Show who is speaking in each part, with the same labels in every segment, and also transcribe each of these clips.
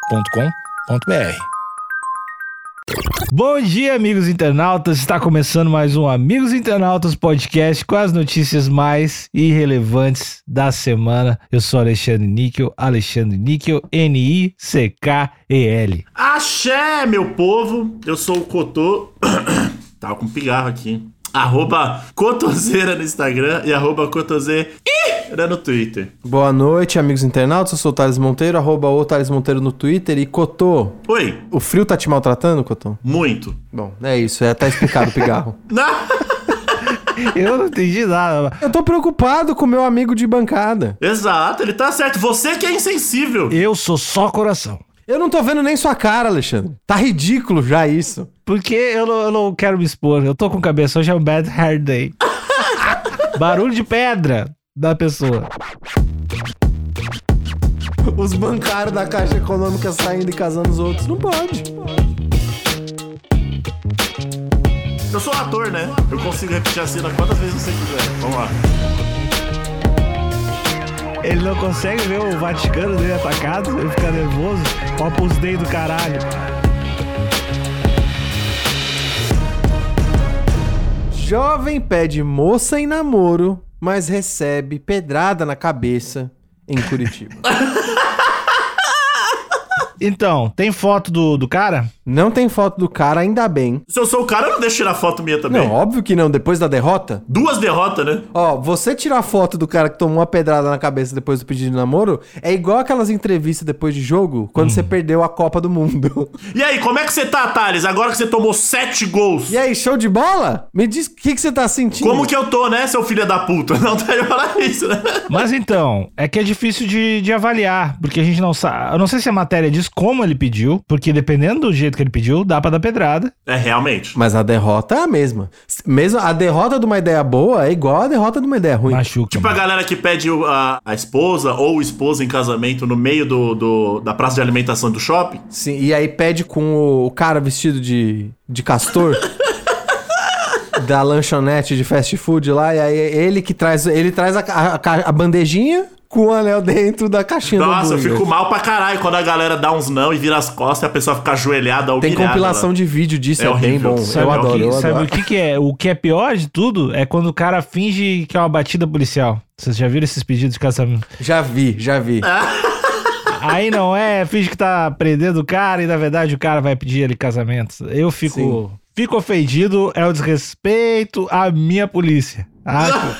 Speaker 1: agenciadepodcast.com.br.
Speaker 2: Bom dia, amigos internautas. Está começando mais um Amigos Internautas Podcast com as notícias mais irrelevantes da semana. Eu sou Alexandre Níquel, Alexandre Níquel, N-I-C-K-E-L.
Speaker 3: Axé, meu povo! Eu sou o Cotô. Tava com um pigarro aqui. Arroba Cotoseira no Instagram e arroba Cotoseira no Twitter.
Speaker 4: Boa noite, amigos internautas. Eu sou o Thales Monteiro, arroba o Thales Monteiro no Twitter. E Cotô,
Speaker 3: Oi,
Speaker 4: o frio tá te maltratando, Cotô?
Speaker 3: muito. Né?
Speaker 4: Bom, é isso, é, tá explicado o pigarro.
Speaker 3: Não.
Speaker 2: Eu não entendi nada.
Speaker 4: Eu tô preocupado com meu amigo de bancada.
Speaker 3: Exato, ele tá certo. Você que é insensível.
Speaker 2: Eu sou só coração.
Speaker 4: Eu não tô vendo nem sua cara, Alexandre. Tá ridículo já isso.
Speaker 2: Porque eu não, eu não quero me expor. Eu tô com cabeça. Hoje é um bad hair day. Barulho de pedra da pessoa.
Speaker 4: Os bancários da Caixa Econômica saindo e casando os outros. Não pode.
Speaker 3: Eu sou um ator, né? Eu consigo repetir a cena quantas vezes você quiser. Vamos lá.
Speaker 2: Ele não consegue ver o Vaticano dele atacado, ele fica nervoso. Opus Dei do caralho.
Speaker 4: Jovem pede moça em namoro, mas recebe pedrada na cabeça em Curitiba.
Speaker 2: Então, tem foto do, do cara?
Speaker 4: não tem foto do cara, ainda bem.
Speaker 3: Se eu sou o cara, eu não deixo tirar foto minha também.
Speaker 4: Não, óbvio que não, depois da derrota.
Speaker 3: Duas derrotas, né?
Speaker 4: Ó, você tirar foto do cara que tomou uma pedrada na cabeça depois do pedido de namoro é igual aquelas entrevistas depois de jogo, quando
Speaker 3: Uhum.
Speaker 4: você perdeu a Copa do Mundo.
Speaker 3: E aí, como é que você tá, Thales? Agora que você tomou sete gols.
Speaker 4: E é aí, show de bola? Me diz o que, que você tá sentindo.
Speaker 3: Como que eu tô, né, seu filho da puta? Não tá de falar isso, né?
Speaker 2: Mas então, é que é difícil de, de avaliar, porque a gente não sabe. Eu não sei se a matéria diz como ele pediu, porque dependendo do jeito que ele pediu, dá pra dar pedrada.
Speaker 3: É, realmente.
Speaker 4: Mas a derrota é a mesma. S- Mesmo a derrota de uma ideia boa é igual a derrota de uma ideia ruim.
Speaker 2: Machuca.
Speaker 3: Tipo a galera que pede o- a, a esposa ou o esposo em casamento no meio do, do- da praça de alimentação do shopping.
Speaker 4: Sim, e aí pede com o, o cara vestido de, de castor. da lanchonete de fast food lá, e aí ele que traz, ele traz a, ca- a ca- a bandejinha com o anel dentro da caixinha do
Speaker 3: Nossa, eu
Speaker 4: hambúrguer.
Speaker 3: fico mal pra caralho quando a galera dá uns não e vira as costas e a pessoa fica ajoelhada ou
Speaker 4: Tem compilação de vídeo disso,
Speaker 3: É
Speaker 4: é, bem
Speaker 3: horrível.
Speaker 4: bom.
Speaker 3: Sabe
Speaker 4: eu
Speaker 3: o
Speaker 4: adoro,
Speaker 3: que-
Speaker 4: eu
Speaker 2: Sabe o
Speaker 4: adoro.
Speaker 2: que, que é? O que é pior de tudo é quando o cara finge que é uma batida policial. Vocês já viram esses pedidos de casamento?
Speaker 4: Já vi, já vi.
Speaker 2: Aí não é, finge que tá prendendo o cara e na verdade o cara vai pedir ele casamento. Eu fico.
Speaker 4: Sim.
Speaker 2: Fico ofendido, é o desrespeito à minha polícia. Ah,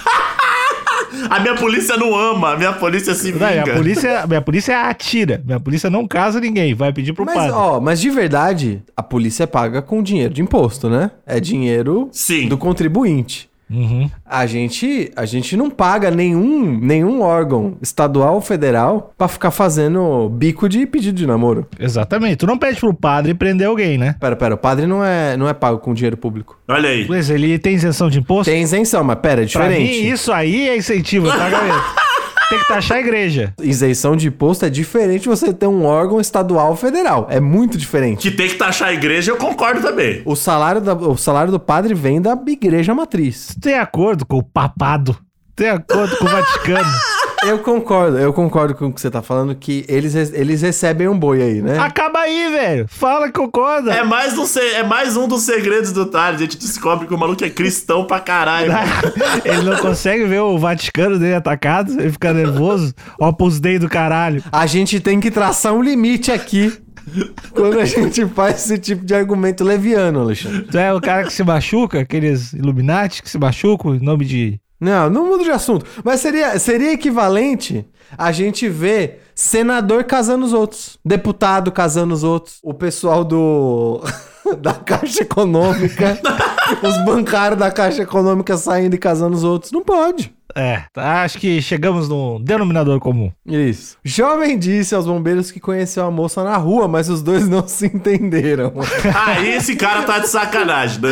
Speaker 2: A,
Speaker 3: A minha polícia não ama, a minha polícia se
Speaker 2: não, minha,
Speaker 3: vinga.
Speaker 2: polícia, minha polícia atira. Minha polícia não casa ninguém, vai pedir pro
Speaker 4: Mas,
Speaker 2: padre.
Speaker 4: ó, mas de verdade, a polícia paga com dinheiro de imposto, né? É dinheiro
Speaker 3: Sim.
Speaker 4: do contribuinte.
Speaker 2: Uhum.
Speaker 4: A gente, a gente não paga nenhum, nenhum órgão estadual ou federal pra ficar fazendo bico de pedido de namoro.
Speaker 2: Exatamente. Tu não pede pro padre prender alguém, né?
Speaker 4: Pera, pera, o padre não é, não é pago com dinheiro público.
Speaker 3: Olha aí.
Speaker 2: Mas é, ele tem isenção de imposto?
Speaker 4: Tem isenção, mas pera, é
Speaker 2: Pra mim,
Speaker 4: diferente.
Speaker 2: isso aí é incentivo, tá, galera? Tem que taxar a igreja.
Speaker 4: Isenção de imposto é diferente de você ter um órgão estadual ou federal. É muito diferente.
Speaker 3: Que tem que taxar a igreja, eu concordo também.
Speaker 4: O salário, da- o salário do padre vem da igreja matriz.
Speaker 2: Tem acordo com o papado. Tem acordo com o Vaticano.
Speaker 4: Eu concordo, eu concordo com o que você tá falando, que eles, re- eles recebem um boi aí, né?
Speaker 2: Acaba aí, velho. Fala que concorda.
Speaker 3: É mais, um, se- é mais um dos segredos do Thales. A gente descobre que o maluco é cristão pra caralho.
Speaker 2: ele não consegue ver o Vaticano dele atacado, ele fica nervoso. Opus Dei do caralho.
Speaker 4: A gente tem que traçar um limite aqui quando a gente faz esse tipo de argumento leviano, Alexandre.
Speaker 2: Tu é o cara que se machuca, aqueles Illuminati que se machucam em nome de.
Speaker 4: Não, não muda de assunto. Mas seria, seria equivalente a gente ver senador casando os outros, deputado casando os outros, o pessoal do. da Caixa Econômica, os bancários da Caixa Econômica saindo e casando os outros. Não pode.
Speaker 2: É, tá, acho que chegamos num denominador comum.
Speaker 4: Isso. Jovem disse aos bombeiros que conheceu a moça na rua, mas os dois não se entenderam.
Speaker 3: Aí esse cara tá de sacanagem, né?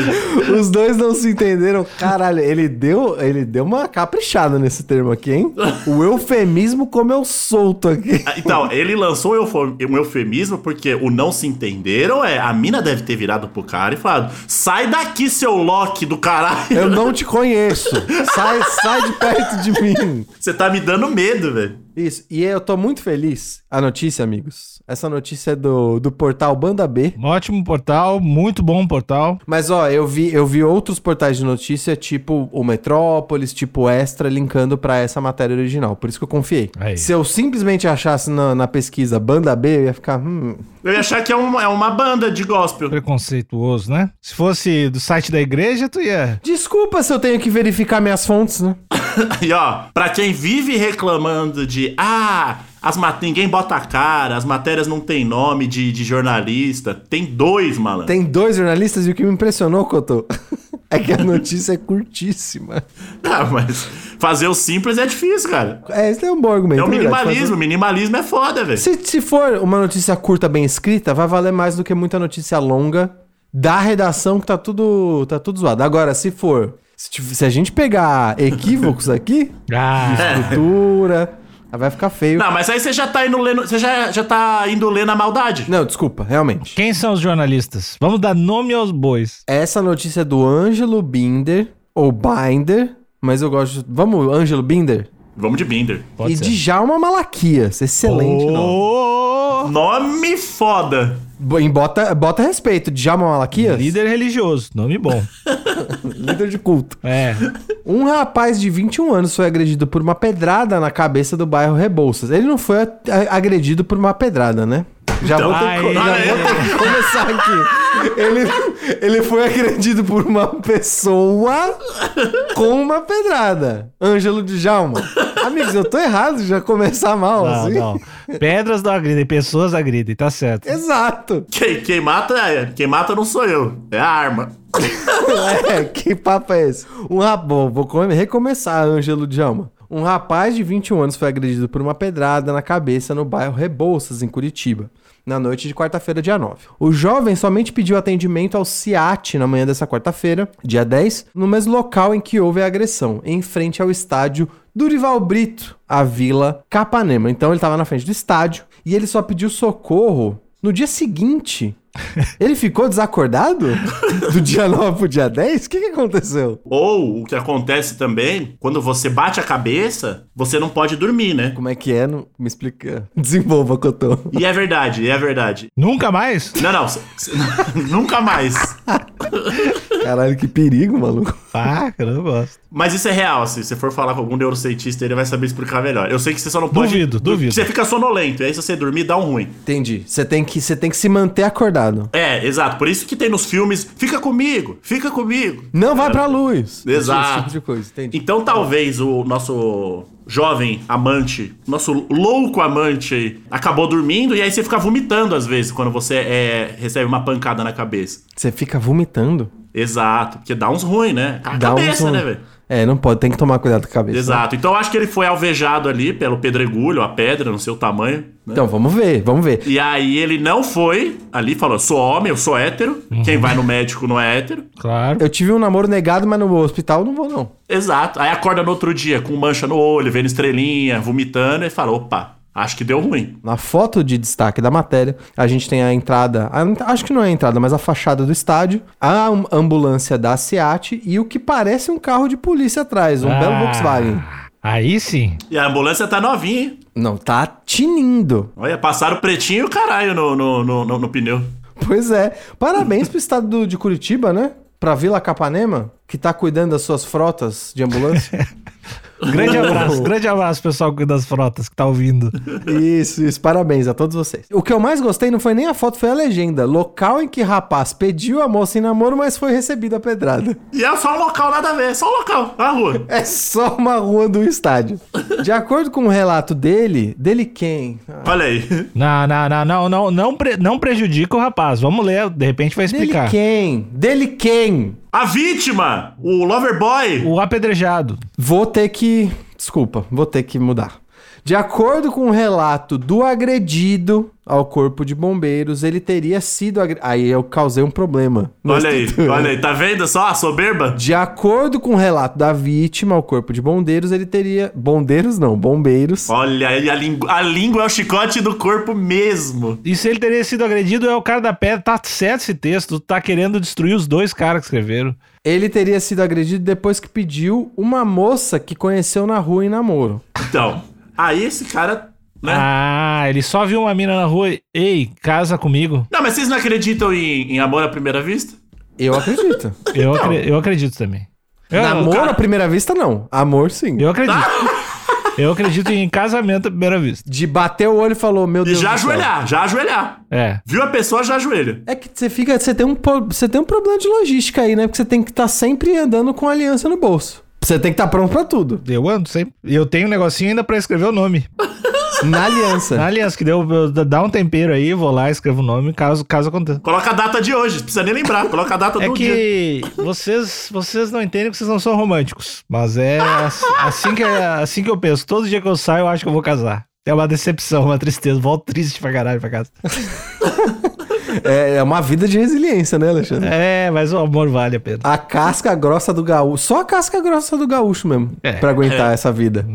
Speaker 4: os dois não se entenderam. Caralho, ele deu, ele deu uma caprichada nesse termo aqui, hein? O eufemismo comeu solto aqui.
Speaker 3: Ah, Então, ele lançou um eufo- um eufemismo porque o não se entenderam é a mina deve ter virado pro cara e falado: sai daqui, seu Loki do caralho.
Speaker 4: Eu não te conheço. Sai, sai de perto de mim.
Speaker 3: Você tá me dando medo, velho.
Speaker 4: Isso. E eu tô muito feliz a notícia, amigos. Essa notícia é do, do portal Banda B.
Speaker 2: Um ótimo portal, muito bom portal.
Speaker 4: Mas ó, eu vi, eu vi outros portais de notícia, tipo o Metrópolis, tipo o Extra, linkando pra essa matéria original. Por isso que eu confiei.
Speaker 2: Aí.
Speaker 4: Se eu simplesmente achasse na, na pesquisa banda B, eu ia ficar. hum,
Speaker 3: Eu ia achar que é uma, é uma banda de gospel.
Speaker 2: Preconceituoso, né? Se fosse do site da igreja, tu ia.
Speaker 4: Desculpa se eu tenho que verificar minhas fontes, né?
Speaker 3: E ó, pra quem vive reclamando de ah, as mat ninguém bota a cara, as matérias não tem nome de, de jornalista, tem dois, malandro.
Speaker 4: Tem dois jornalistas e o que me impressionou, Cotô, é que a notícia é curtíssima.
Speaker 3: Ah, mas fazer o simples é difícil, cara.
Speaker 4: É, isso é um bom argumento.
Speaker 3: É o
Speaker 4: na verdade,
Speaker 3: minimalismo, minimalismo é foda, velho.
Speaker 4: Se, se for uma notícia curta bem escrita, vai valer mais do que muita notícia longa da redação que tá tudo, tá tudo zoado. Agora, se for. Se, tiv- se a gente pegar equívocos aqui,
Speaker 2: Ah,
Speaker 4: cultura, vai ficar feio. Não,
Speaker 3: Não, mas aí você já tá indo lendo, você já, já tá indo ler na maldade.
Speaker 4: desculpa, realmente.
Speaker 2: quem são os jornalistas? Vamos dar nome aos bois.
Speaker 4: Essa notícia é do Ângelo Binder, ou Binder, mas eu gosto. Vamos, Ângelo Binder?
Speaker 3: Vamos de Binder.
Speaker 2: Pode
Speaker 4: e
Speaker 2: ser.
Speaker 4: Djalma Malaquias. Excelente nome.
Speaker 2: Oh,
Speaker 3: Nome foda.
Speaker 4: Bo- em Bota, bota respeito, Djalma Malaquias?
Speaker 2: líder religioso, nome bom.
Speaker 4: líder de culto.
Speaker 2: É.
Speaker 4: Um rapaz de 21 anos foi agredido por uma pedrada na cabeça do bairro Rebouças. Ele não foi a- a- agredido por uma pedrada, né? Já
Speaker 3: Então,
Speaker 4: vou ter que, né?
Speaker 2: aí.
Speaker 4: já vou ter que começar aqui. Ele, ele foi agredido por uma pessoa com uma pedrada. Ângelo de Jalma. Amigos, eu tô errado de já começar mal,
Speaker 2: tá, Não,
Speaker 4: assim.
Speaker 2: não. Pedras não agridem, pessoas agridem, tá certo.
Speaker 4: Exato.
Speaker 3: Quem, quem mata é, quem mata não sou eu, é a arma.
Speaker 4: É, que papo é esse? Um rapaz, vou come- recomeçar, Ângelo Djalma. Um rapaz de 21 anos foi agredido por uma pedrada na cabeça no bairro Rebouças, em Curitiba, na noite de quarta-feira, dia 9. O jovem somente pediu atendimento ao CIAT na manhã dessa quarta-feira, dia 10, no mesmo local em que houve a agressão, em frente ao estádio Durival Brito, a Vila Capanema. Então ele estava na frente do estádio e ele só pediu socorro no dia seguinte. Ele ficou desacordado? Do dia 9 pro dia 10? O que, que aconteceu?
Speaker 3: Ou o que acontece também, quando você bate a cabeça, você não pode dormir, né?
Speaker 4: Como é que é? Não- Me explica. Desenvolva, Cotô.
Speaker 3: E é verdade, e é verdade.
Speaker 2: Nunca mais?
Speaker 3: Não, não, c- c- nunca mais.
Speaker 4: Caralho, que perigo, maluco.
Speaker 2: Ah, eu não gosto.
Speaker 3: Mas isso é real, se você for falar com algum neurocientista, ele vai saber explicar melhor. Eu sei que você só não pode.
Speaker 2: Duvido, duvido.
Speaker 3: Você fica sonolento, e aí se você dormir, dá um ruim.
Speaker 4: Entendi. Você tem que, você tem que se manter acordado.
Speaker 3: É, exato. Por isso que tem nos filmes, fica comigo, fica comigo.
Speaker 4: Não vai pra luz.
Speaker 3: Exato.
Speaker 4: Esse tipo de coisa, entendi.
Speaker 3: Então talvez o nosso jovem amante, nosso louco amante, acabou dormindo e aí você fica vomitando às vezes quando você é, recebe uma pancada na cabeça.
Speaker 4: Você fica vomitando?
Speaker 3: Exato, porque dá uns ruins, né? A cabeça,
Speaker 4: um-
Speaker 3: né, velho?
Speaker 4: É, não pode. Tem que tomar cuidado com a cabeça.
Speaker 3: Exato. Então eu acho que ele foi alvejado ali pelo pedregulho, a pedra, não sei o tamanho. né?
Speaker 4: Então, vamos ver, vamos ver.
Speaker 3: E aí ele não foi ali, falou: "Eu sou homem, eu sou hétero. Quem vai no médico não é hétero.
Speaker 2: Claro.
Speaker 4: Eu tive um namoro negado, mas no hospital eu não vou, não.
Speaker 3: Exato. Aí acorda no outro dia com mancha no olho, vendo estrelinha, vomitando e fala: opa, acho que deu ruim.
Speaker 4: Na foto de destaque da matéria, a gente tem a entrada, a ent- acho que não é a entrada, mas a fachada do estádio, a am- ambulância da SEAT e o que parece um carro de polícia atrás, um belo
Speaker 2: Ah,
Speaker 4: Volkswagen.
Speaker 2: Aí sim.
Speaker 3: E a ambulância tá novinha, hein?
Speaker 4: Não, tá tinindo.
Speaker 3: Olha, passaram pretinho e o caralho no, no, no, no- no pneu.
Speaker 4: Pois é. Parabéns pro estado do- de Curitiba, né? Pra Vila Capanema, que tá cuidando das suas frotas de ambulância.
Speaker 2: Grande abraço, grande abraço, pessoal das frotas que tá ouvindo.
Speaker 4: Isso, isso. Parabéns a todos vocês. O que eu mais gostei não foi nem a foto, foi a legenda. Local em que rapaz pediu a moça em namoro, mas foi recebida a pedrada.
Speaker 3: E é só um local, nada a ver, é só um local, a rua.
Speaker 4: É só uma rua do estádio. De acordo com o relato dele, dele quem? Ah,
Speaker 3: Olha aí.
Speaker 2: Não, não, não, não, não, não, pre- não prejudica o rapaz. Vamos ler, de repente vai
Speaker 4: Dele
Speaker 2: explicar.
Speaker 4: quem? Dele quem?
Speaker 3: A vítima, o Loverboy.
Speaker 2: O apedrejado.
Speaker 4: Vou ter que. Desculpa, vou ter que mudar. De acordo com o relato do agredido ao corpo de bombeiros, ele teria sido. Agre... Aí eu causei um problema.
Speaker 3: Olha aí, olha aí, tá vendo só a soberba?
Speaker 4: De acordo com o relato da vítima ao corpo de bombeiros, ele teria. Bombeiros não, bombeiros.
Speaker 3: Olha aí, a, língua- a língua é o chicote do corpo mesmo.
Speaker 2: E se ele teria sido agredido, é o cara da pedra. Tá certo esse texto. Tá querendo destruir os dois caras que escreveram.
Speaker 4: Ele teria sido agredido depois que pediu uma moça que conheceu na rua em namoro.
Speaker 3: Então, aí esse cara né?
Speaker 2: Ah, ele só viu uma mina na rua e, ei, casa comigo.
Speaker 3: Não, mas vocês não acreditam em, em amor à primeira vista?
Speaker 4: Eu acredito.
Speaker 2: Eu, acre- eu acredito também. Eu,
Speaker 4: Namoro
Speaker 3: cara-
Speaker 4: à primeira vista, não. Amor, sim.
Speaker 2: eu acredito. Eu acredito em casamento à primeira vista.
Speaker 4: De bater o olho e falou, meu
Speaker 3: E
Speaker 4: Deus
Speaker 3: já
Speaker 4: do céu.
Speaker 3: ajoelhar, já ajoelhar.
Speaker 2: É.
Speaker 3: Viu a pessoa, já ajoelha.
Speaker 4: É que você fica, você tem um, po- você tem um problema de logística aí, né? Porque você tem que estar sempre andando com a aliança no bolso. Você tem que estar pronto pra tudo.
Speaker 2: Eu ando sempre. E eu tenho um negocinho ainda pra escrever o nome.
Speaker 4: Na aliança.
Speaker 2: Na aliança, que deu, eu- dá um tempero aí, vou lá, escrevo o nome, caso, caso aconteça.
Speaker 3: Coloca a data de hoje, não precisa nem lembrar. Coloca a data
Speaker 2: É
Speaker 3: do dia.
Speaker 2: que vocês, vocês não entendem que vocês não são românticos. Mas é ass- assim que, assim que eu penso. Todo dia que eu saio, eu acho que eu vou casar. É uma decepção, uma tristeza. Volto triste pra caralho pra casa.
Speaker 4: É, é uma vida de resiliência, né, Alexandre?
Speaker 2: É, mas o amor vale a pena.
Speaker 4: A casca grossa do gaúcho. Só a casca grossa do gaúcho mesmo.
Speaker 2: É.
Speaker 4: Pra aguentar essa vida.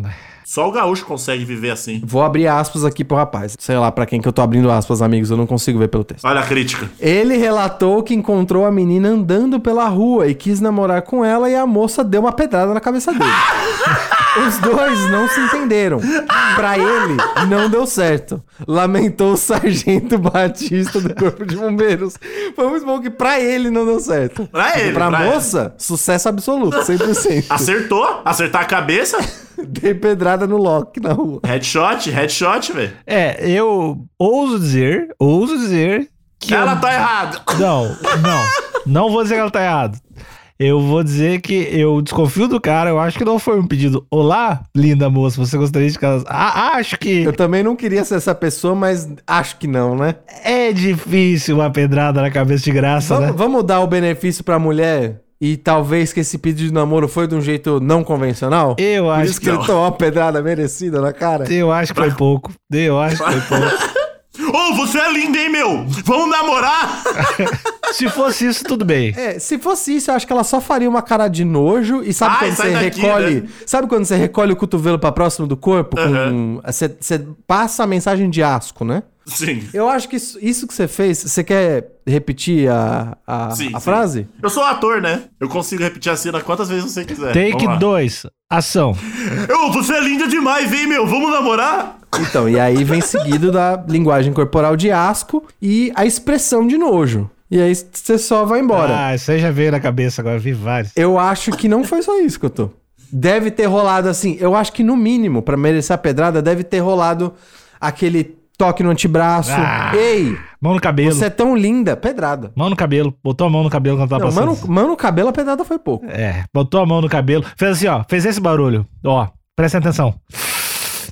Speaker 3: Só o gaúcho consegue viver assim.
Speaker 4: Vou abrir aspas aqui pro rapaz. Sei lá pra quem que eu tô abrindo aspas, amigos. Eu não consigo ver pelo texto.
Speaker 3: Olha a crítica.
Speaker 4: Ele relatou que encontrou a menina andando pela rua e quis namorar com ela e a moça deu uma pedrada na cabeça dele. Os dois não se entenderam. Pra ele, não deu certo. Lamentou o sargento Batista do Corpo de Bombeiros. Foi muito bom que pra ele não deu certo.
Speaker 3: Pra ele, Ah,
Speaker 4: Pra,
Speaker 3: pra
Speaker 4: moça, sucesso absoluto, 100%.
Speaker 3: Acertou? Acertar a cabeça?
Speaker 4: Dei pedrada no Loki na rua.
Speaker 3: Headshot, headshot, velho.
Speaker 2: É, eu ouso dizer, ouso dizer que. é um
Speaker 3: Ela
Speaker 2: eu-
Speaker 3: tá errada.
Speaker 2: Não, não. Não vou dizer que ela tá errada. Eu vou dizer que eu desconfio do cara. Eu acho que não foi um pedido. Olá, linda moça, você gostaria de casar? Ah, acho que.
Speaker 4: Eu também não queria ser essa pessoa, mas acho que não, né?
Speaker 2: É difícil uma pedrada na cabeça de graça,
Speaker 4: Vamos,
Speaker 2: né?
Speaker 4: vamos dar o benefício pra mulher e talvez que esse pedido de namoro foi de um jeito não convencional?
Speaker 2: Eu
Speaker 4: Por
Speaker 2: acho
Speaker 4: isso
Speaker 2: que.
Speaker 4: que ele tomou uma pedrada merecida na cara.
Speaker 2: Eu acho que foi pouco. Eu acho que foi pouco.
Speaker 3: Ô, você é linda, hein, meu? Vamos namorar?
Speaker 2: Se fosse isso, tudo bem.
Speaker 4: É, se fosse isso, eu acho que ela só faria uma cara de nojo e sabe
Speaker 3: Ai,
Speaker 4: quando
Speaker 3: Ah, sai
Speaker 4: você
Speaker 3: daqui,
Speaker 4: recolhe.
Speaker 3: né?
Speaker 4: Sabe quando você recolhe o cotovelo pra próximo do corpo? com- Você você passa a mensagem de asco, né?
Speaker 3: Sim.
Speaker 4: Eu acho que isso, isso que você fez, você quer repetir a, a,
Speaker 3: Sim,
Speaker 4: a
Speaker 3: sim.
Speaker 4: frase?
Speaker 3: Eu sou ator, né? Eu consigo repetir a cena quantas vezes você quiser. É, Vamos lá.
Speaker 2: Take 2, ação.
Speaker 3: Ô, você é linda demais, hein, meu? Vamos namorar?
Speaker 4: Então, e aí vem seguido da linguagem corporal de asco e a expressão de nojo. E aí você só vai embora.
Speaker 2: Ah, isso aí já veio na cabeça agora, vi vários.
Speaker 4: Eu acho que não foi só isso que eu tô. Deve ter rolado assim, eu acho que no mínimo, pra merecer a pedrada, deve ter rolado aquele toque no antebraço.
Speaker 2: Ah.
Speaker 4: Ei,
Speaker 2: Mão no cabelo.
Speaker 4: você é tão linda, pedrada.
Speaker 2: Mão no cabelo. Botou a mão no cabelo quando tava
Speaker 4: Não,
Speaker 2: passando.
Speaker 4: mano, mano, o cabelo a pedrada foi pouco.
Speaker 2: É, botou a mão no cabelo. Fez assim, ó. Fez esse barulho. Ó, presta atenção.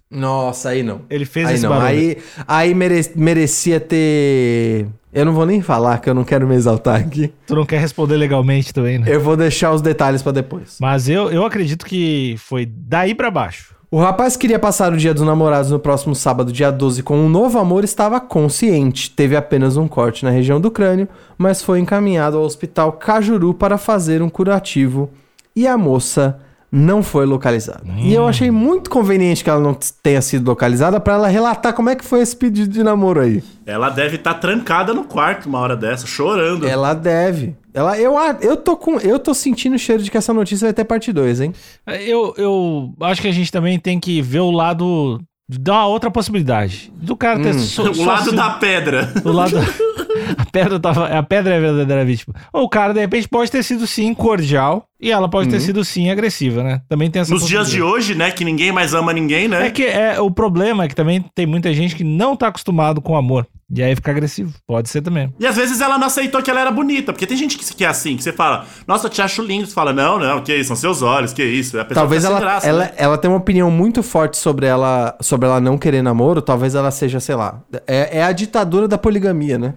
Speaker 4: Nossa, aí não.
Speaker 2: Ele fez
Speaker 4: aí
Speaker 2: esse
Speaker 4: não,
Speaker 2: barulho.
Speaker 4: aí, aí mere- merecia ter. Eu não vou nem falar, que eu não quero me exaltar aqui.
Speaker 2: Tu não quer responder legalmente também, né?
Speaker 4: Eu vou deixar os detalhes pra depois.
Speaker 2: Mas eu, eu acredito que foi daí pra baixo.
Speaker 4: O rapaz queria passar o dia dos namorados no próximo sábado, dia 12, com um novo amor estava consciente. Teve apenas um corte na região do crânio, mas foi encaminhado ao hospital Cajuru para fazer um curativo e a moça não foi localizada. E eu achei muito conveniente que ela não tenha sido localizada para ela relatar como é que foi esse pedido de namoro aí.
Speaker 3: Ela deve estar trancada no quarto uma hora dessa, chorando.
Speaker 4: Ela deve. Ela eu a- eu tô com eu tô sentindo o cheiro de que essa notícia vai ter parte 2, hein?
Speaker 2: Eu, eu acho que a gente também tem que ver o lado. Dar uma outra possibilidade. Do cara ter só-
Speaker 3: O
Speaker 2: só
Speaker 3: lado
Speaker 2: se-
Speaker 3: da pedra.
Speaker 2: O lado. A pedra, tava, a pedra é a verdadeira vítima. Ou o cara, de repente, pode ter sido sim cordial e ela pode ter sido sim agressiva, né? Também tem essa
Speaker 3: Uhum. Nos dias de
Speaker 2: possibilidade.
Speaker 3: hoje, né? Que ninguém mais ama ninguém, né?
Speaker 2: É que é, o problema é que também tem muita gente que não tá acostumado com amor. E aí fica agressivo. Pode ser também.
Speaker 3: E às vezes ela não aceitou que ela era bonita, porque tem gente que, que é assim, que você fala, nossa, eu te acho lindo. Você fala, não, não, que isso, são seus olhos, que isso. A pessoa
Speaker 4: Talvez
Speaker 3: fica sem
Speaker 4: ela,
Speaker 3: graça,
Speaker 4: ela,
Speaker 3: né?
Speaker 4: ela tenha uma opinião muito forte sobre ela, sobre ela não querer namoro. Talvez ela seja, sei lá. É, é a ditadura da poligamia, né?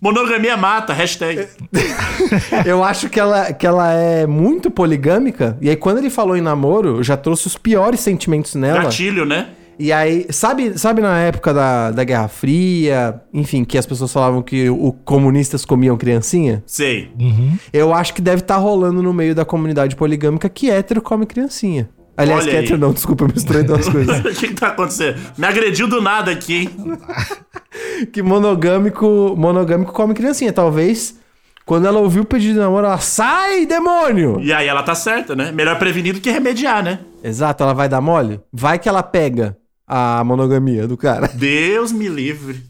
Speaker 3: Monogamia mata,
Speaker 4: É,
Speaker 3: hashtag.
Speaker 4: Eu acho que ela, que ela é muito poligâmica. E aí, quando ele falou em namoro, eu já trouxe os piores sentimentos nela.
Speaker 3: Gatilho, né?
Speaker 4: E aí, sabe, sabe na época da, da Guerra Fria, enfim, que as pessoas falavam que os comunistas comiam criancinha?
Speaker 3: Sei.
Speaker 4: Eu acho que deve estar rolando no meio da comunidade poligâmica que hétero come criancinha. Aliás,
Speaker 3: Olha
Speaker 4: que
Speaker 3: aí.
Speaker 4: hétero não, desculpa, eu misturei duas coisas.
Speaker 3: O que, que tá acontecendo? Me agrediu do nada aqui, hein?
Speaker 4: que monogâmico, monogâmico come criancinha. Talvez quando ela ouviu o pedido de namoro, ela sai, demônio!
Speaker 3: E aí ela tá certa, né? Melhor prevenir do que remediar, né?
Speaker 4: Exato, ela vai dar mole? Vai que ela pega a monogamia do cara.
Speaker 3: Deus me livre.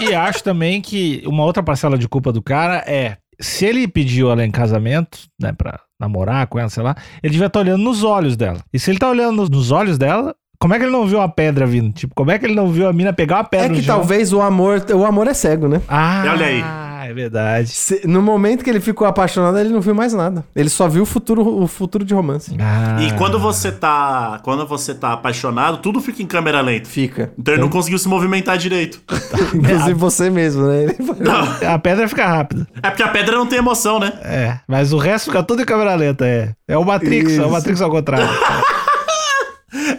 Speaker 2: E acho também que uma outra parcela de culpa do cara é se ele pediu ela em casamento, né, pra namorar com ela, sei lá, ele devia estar olhando nos olhos dela. E se ele tá olhando nos- nos olhos dela, como é que ele não viu a pedra vindo? Tipo, como é que ele não viu a mina pegar uma pedra?
Speaker 4: É
Speaker 2: no
Speaker 4: que
Speaker 2: chão?
Speaker 4: talvez o amor, o amor é cego, né?
Speaker 2: Ah,
Speaker 3: Olha aí.
Speaker 2: é verdade.
Speaker 4: Se- no momento que ele ficou apaixonado, ele não viu mais nada. Ele só viu o futuro, o futuro de romance.
Speaker 2: Ah,
Speaker 3: E quando você tá. Quando você tá apaixonado, tudo fica em câmera lenta.
Speaker 4: Fica.
Speaker 3: Então ele não conseguiu se movimentar direito.
Speaker 4: Inclusive você mesmo, né? Ele vai-
Speaker 3: Não,
Speaker 2: a pedra fica rápida.
Speaker 3: é porque a pedra não tem emoção, né?
Speaker 2: É, mas o resto fica tudo em câmera lenta, é. É o Matrix, é o
Speaker 4: Isso.
Speaker 2: Matrix ao contrário.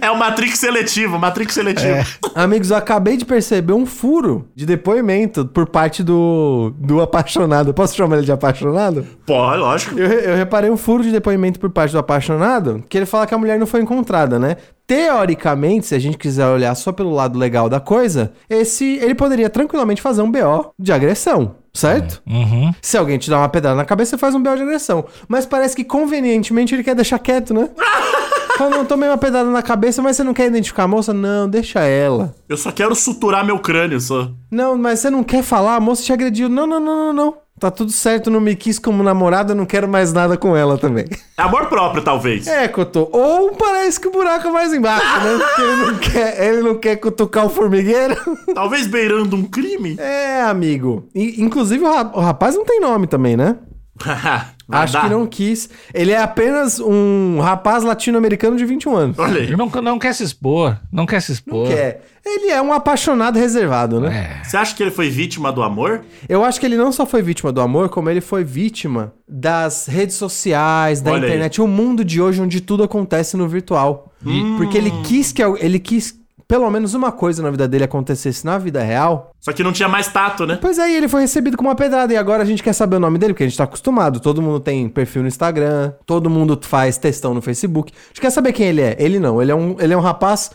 Speaker 3: É o Matrix seletivo, Matrix seletivo.
Speaker 4: É. Amigos, eu acabei de perceber um furo de depoimento por parte do, do apaixonado. Posso chamar ele de apaixonado?
Speaker 3: Pô, lógico.
Speaker 4: Eu, re- eu reparei um furo de depoimento por parte do apaixonado, que ele fala que a mulher não foi encontrada, né? Teoricamente, se a gente quiser olhar só pelo lado legal da coisa, esse ele poderia tranquilamente fazer um BO de agressão, certo?
Speaker 2: Uhum.
Speaker 4: Se alguém te dá uma pedrada na cabeça, você faz um BO de agressão. Mas parece que convenientemente ele quer deixar quieto, né? Fala, não, tomei uma pedrada na cabeça, mas você não quer identificar a moça? Não, deixa ela.
Speaker 3: Eu só quero suturar meu crânio, só.
Speaker 4: Não, mas você não quer falar, a moça te agrediu. Não, não, não, não, não. Tá tudo certo, não me quis como namorada, não quero mais nada com ela também.
Speaker 3: É amor próprio, talvez.
Speaker 4: É, Cotô. Ou parece que o buraco é mais embaixo, né? Porque ele não quer, ele não quer cutucar o formigueiro.
Speaker 3: Talvez beirando um crime.
Speaker 4: É, amigo. E, inclusive, o ra- o rapaz não tem nome também, né?
Speaker 3: Vai
Speaker 4: Acho
Speaker 3: dar.
Speaker 4: que não quis. Ele é apenas um rapaz latino-americano de 21 anos.
Speaker 3: Olha aí.
Speaker 2: Ele não, não quer se expor, não quer se expor.
Speaker 4: Que é, ele é um apaixonado reservado, né?
Speaker 2: É.
Speaker 3: Você acha que ele foi vítima do amor?
Speaker 4: Eu acho que ele não só foi vítima do amor, como ele foi vítima das redes sociais, da
Speaker 3: Olha aí.
Speaker 4: internet, o mundo de hoje onde tudo acontece no virtual. Porque ele quis que al- ele quis pelo menos uma coisa na vida dele acontecesse na vida real.
Speaker 3: Só que não tinha mais tato, né?
Speaker 4: Pois aí ele foi recebido com uma pedrada e agora a gente quer saber o nome dele, porque a gente tá acostumado. Todo mundo tem perfil no Instagram, todo mundo faz textão no Facebook. A gente quer saber quem ele é. Ele não, ele é um, ele é um rapaz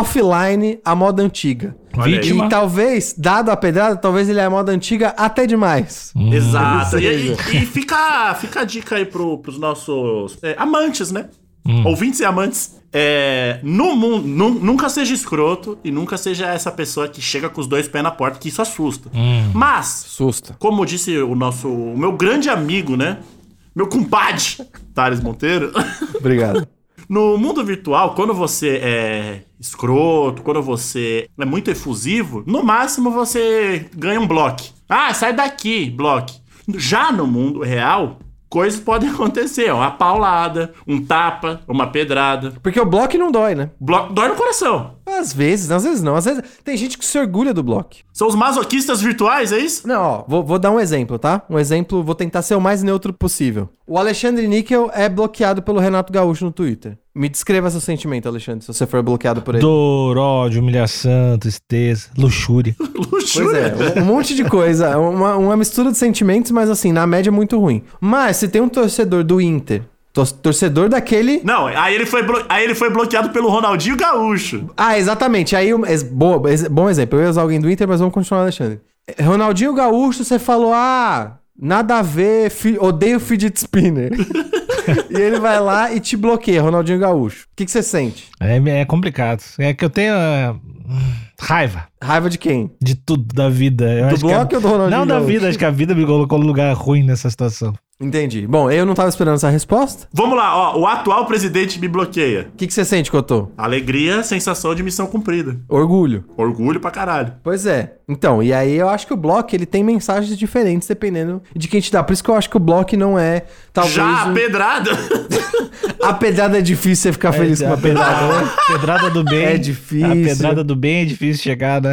Speaker 4: offline à moda antiga.
Speaker 3: Olha aí.
Speaker 2: Vítima.
Speaker 4: E talvez, dado a pedrada, talvez ele é a moda antiga até demais.
Speaker 3: Exato.
Speaker 4: Ou
Speaker 3: E,
Speaker 4: seja-
Speaker 3: e- e fica, fica a dica aí pro, pros nossos é, amantes, né?
Speaker 4: Hum.
Speaker 3: Ouvintes e amantes. É, no mundo, nu- nunca seja escroto e nunca seja essa pessoa que chega com os dois pés na porta, que isso assusta.
Speaker 4: Hum.
Speaker 3: Mas,
Speaker 4: Susta.
Speaker 3: como disse o nosso, o meu grande amigo, né? Meu compadre, Thales Monteiro.
Speaker 4: Obrigado.
Speaker 3: No mundo virtual, quando você é escroto, quando você é muito efusivo, no máximo você ganha um bloco. Ah, sai daqui, bloco. Já no mundo real, coisas podem acontecer. ó, Uma paulada, um tapa, uma pedrada.
Speaker 4: Porque o bloco não dói, né?
Speaker 3: Bloco dói no coração.
Speaker 4: Às vezes, às vezes não. Às vezes tem gente que se orgulha do bloco.
Speaker 3: São os masoquistas virtuais, é isso?
Speaker 4: Não, ó, vou, vou dar um exemplo, tá? Um exemplo, vou tentar ser o mais neutro possível. O Alexandre Níquel é bloqueado pelo Renato Gaúcho no Twitter. Me descreva seu sentimento, Alexandre, se você for bloqueado por ele.
Speaker 2: Dor, ódio, humilhação, tristeza, luxúria.
Speaker 4: Pois
Speaker 3: Luxúria.
Speaker 4: é, um um monte de coisa, uma, uma mistura de sentimentos, mas assim, na média é muito ruim. Mas se tem um torcedor do Inter, tor- torcedor daquele.
Speaker 3: Não, aí ele, foi blo- aí ele foi bloqueado pelo Ronaldinho Gaúcho.
Speaker 4: Ah, exatamente. Aí, um- ex- boa, ex- bom exemplo. Eu ia usar alguém do Inter, mas vamos continuar, Alexandre. Eh, Ronaldinho Gaúcho, você falou, ah, nada a ver, fi- odeio fidget spinner. e ele vai lá e te bloqueia, Ronaldinho Gaúcho. O que, que você sente?
Speaker 2: É, é complicado. É que eu tenho ah, raiva
Speaker 4: Raiva de quem?
Speaker 2: de tudo da vida. Eu
Speaker 4: Do
Speaker 2: acho que a-
Speaker 4: bloco ou do Ronaldinho
Speaker 2: Não da
Speaker 4: Gaúcho?
Speaker 2: vida, acho que a vida me colocou num lugar ruim nessa situação.
Speaker 4: Entendi. Bom, eu não tava esperando essa resposta.
Speaker 3: Vamos lá, ó. O atual presidente me bloqueia.
Speaker 4: O que, que você sente, Cotô?
Speaker 3: Alegria, sensação de missão cumprida.
Speaker 4: Orgulho.
Speaker 3: Orgulho pra caralho.
Speaker 4: Pois é. Então, e aí eu acho que o bloco, ele tem mensagens diferentes dependendo de quem te dá. Por isso que eu acho que o bloco não é, talvez...
Speaker 3: Já a
Speaker 4: um-
Speaker 3: pedrada.
Speaker 4: A pedrada é difícil você ficar feliz com uma
Speaker 2: a
Speaker 4: pedrada.
Speaker 2: pedrada, pedrada do bem.
Speaker 4: É difícil.
Speaker 2: A pedrada do bem é difícil chegar, né?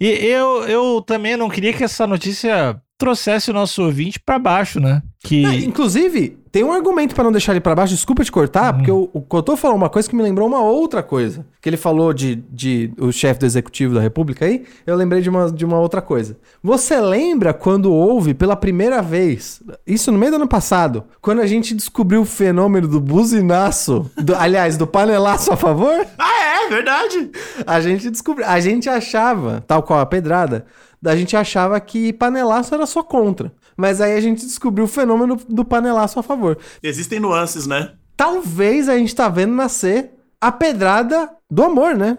Speaker 2: E eu, eu também não queria que essa notícia trouxesse o nosso ouvinte pra baixo, né? Que.
Speaker 4: Ah, inclusive, tem um argumento pra não deixar ele pra baixo. Desculpa te cortar, porque
Speaker 2: Hum.
Speaker 4: o, o Cotô falou uma coisa que me lembrou uma outra coisa. Que ele falou de, de o chefe do executivo da República aí. Eu lembrei de uma, de uma outra coisa. Você lembra quando houve pela primeira vez, isso no meio do ano passado, quando a gente descobriu o fenômeno do buzinaço, do- aliás, do panelaço a favor?
Speaker 3: Ah, é, verdade.
Speaker 4: A gente descobriu. A gente achava, tal qual a pedrada, a gente achava que panelaço era só contra. Mas aí a gente descobriu o fenômeno do panelaço a favor.
Speaker 3: Existem nuances, né?
Speaker 4: talvez a gente tá vendo nascer a pedrada do amor, né?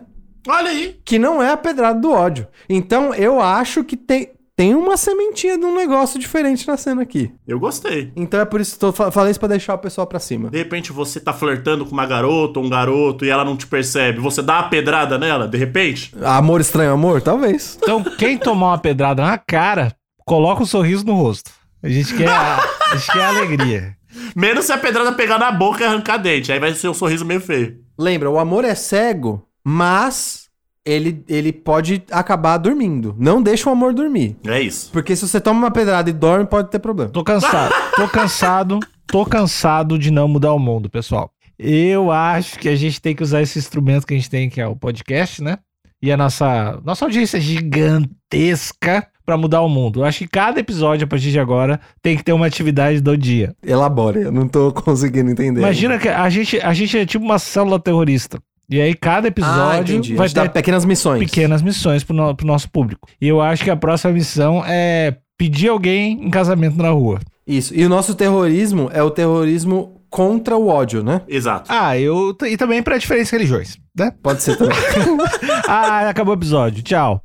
Speaker 3: Olha aí.
Speaker 4: Que não é a pedrada do ódio. Então eu acho que tem, tem uma sementinha de um negócio diferente nascendo aqui.
Speaker 3: Eu gostei.
Speaker 4: Então é por isso que eu fa- falei isso pra deixar o pessoal pra cima.
Speaker 3: De repente você tá flertando com uma garota ou um garoto e ela não te percebe. Você dá uma pedrada nela, de repente?
Speaker 4: Amor estranho amor? Talvez.
Speaker 2: Então, quem tomar uma pedrada na cara, coloca um sorriso no rosto. A gente quer, a, a gente quer alegria.
Speaker 3: Menos se a pedrada pegar na boca e arrancar dente. Aí vai ser um sorriso meio feio.
Speaker 4: Lembra, o amor é cego, mas ele, ele pode acabar dormindo. Não deixa o amor dormir.
Speaker 3: É isso.
Speaker 4: Porque se você toma uma pedrada e dorme, pode ter problema.
Speaker 2: Tô cansado, tô cansado, tô cansado de não mudar o mundo, pessoal. Eu acho que a gente tem que usar esse instrumento que a gente tem, que é o podcast, né? E a nossa, nossa audiência é gigantesca pra mudar o mundo. Eu acho que cada episódio, a partir de agora, tem que ter uma atividade do dia.
Speaker 4: Elabora, eu não tô conseguindo entender.
Speaker 2: Imagina que a gente, a gente é tipo uma célula terrorista. E aí cada
Speaker 4: Ah,
Speaker 2: episódio
Speaker 4: entendi.
Speaker 2: vai
Speaker 4: Vai dar
Speaker 2: ter
Speaker 4: pequenas missões.
Speaker 2: pequenas missões pro, no- pro nosso público. E eu acho que a próxima missão é pedir alguém em casamento na rua.
Speaker 4: Isso. E o nosso terrorismo é o terrorismo contra o ódio, né?
Speaker 3: Exato.
Speaker 2: Ah, eu...
Speaker 4: É.
Speaker 2: E também pra diferentes religiões, né?
Speaker 4: Pode ser também.
Speaker 2: ah, acabou o episódio. Tchau.